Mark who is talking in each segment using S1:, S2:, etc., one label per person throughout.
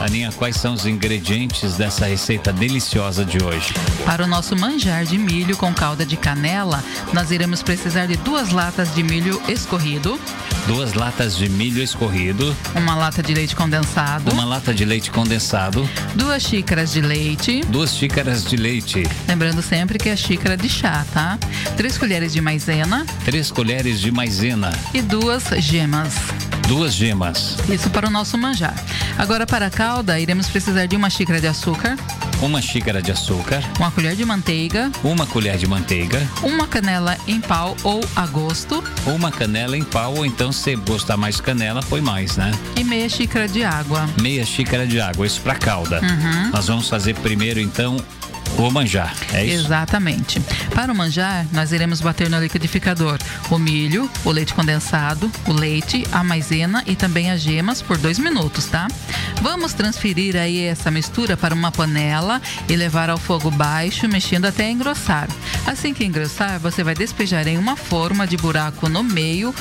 S1: Aninha, quais são os ingredientes dessa receita deliciosa de hoje?
S2: Para o nosso manjar de milho com calda de canela, nós iremos precisar de duas latas de milho escorrido,
S1: Duas latas de milho escorrido,
S2: uma lata de leite condensado,
S1: uma lata de leite condensado,
S2: duas xícaras de leite,
S1: duas xícaras de leite,
S2: lembrando sempre que é xícara de chá, tá? Três colheres de maisena
S1: três colheres de maisena,
S2: e duas gemas.
S1: duas gemas,
S2: Isso para o nosso manjar. Agora para a calda, iremos precisar de uma xícara de açúcar,
S1: uma xícara de açúcar,
S2: uma colher de manteiga,
S1: uma colher de manteiga,
S2: uma canela em pau ou a gosto
S1: uma canela em pau, ou então se gostar mais canela, põe mais, né?
S2: e meia xícara de água.
S1: Meia xícara de água, isso pra calda. Nós vamos fazer primeiro, então, o manjar, é isso?
S2: Exatamente. Para o manjar, nós iremos bater no liquidificador o milho, o leite condensado, o leite, a maisena e também as gemas por dois minutos, tá? Vamos transferir aí essa mistura para uma panela e levar ao fogo baixo, mexendo até engrossar. Assim que engrossar, você vai despejar em uma forma de buraco no meio,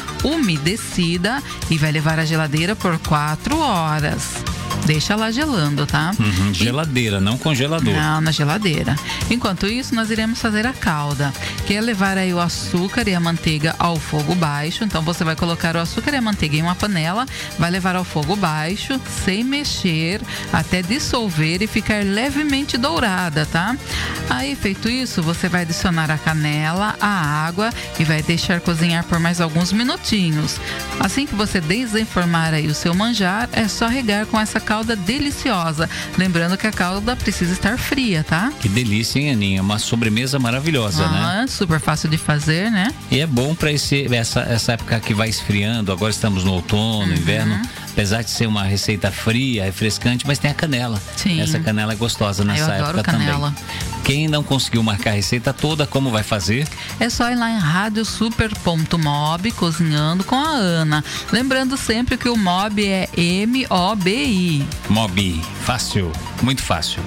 S2: umedecida e vai levar à geladeira por quatro horas. Deixa lá gelando, tá?
S1: Uhum, Geladeira, não congelador.
S2: Não, na geladeira. Enquanto isso, nós iremos fazer a calda, que é levar aí o açúcar e a manteiga ao fogo baixo. Então você vai colocar o açúcar e a manteiga em uma panela, vai levar ao fogo baixo, sem mexer, até dissolver e ficar levemente dourada, tá? Aí, feito isso, você vai adicionar a canela, a água e vai deixar cozinhar por mais alguns minutinhos. Assim que você desenformar aí o seu manjar, é só regar com essa calda deliciosa. Lembrando que a calda precisa estar fria, tá?
S1: Que delícia, hein, Aninha? Uma sobremesa maravilhosa, né?
S2: Aham, super fácil de fazer, né?
S1: E é bom para essa, essa época que vai esfriando. Agora estamos no
S2: Uhum.
S1: outono, inverno. Apesar de ser uma receita fria, refrescante, mas tem a canela.
S2: Sim. Ah,
S1: Essa canela é gostosa nessa
S2: eu adoro
S1: época
S2: canela.
S1: também. Quem não conseguiu marcar a receita toda, como vai fazer?
S2: É só ir lá em radiosuper.mob cozinhando com a Ana. Lembrando sempre que o mob é M-O-B-I.
S1: Mobi. Fácil. Muito fácil.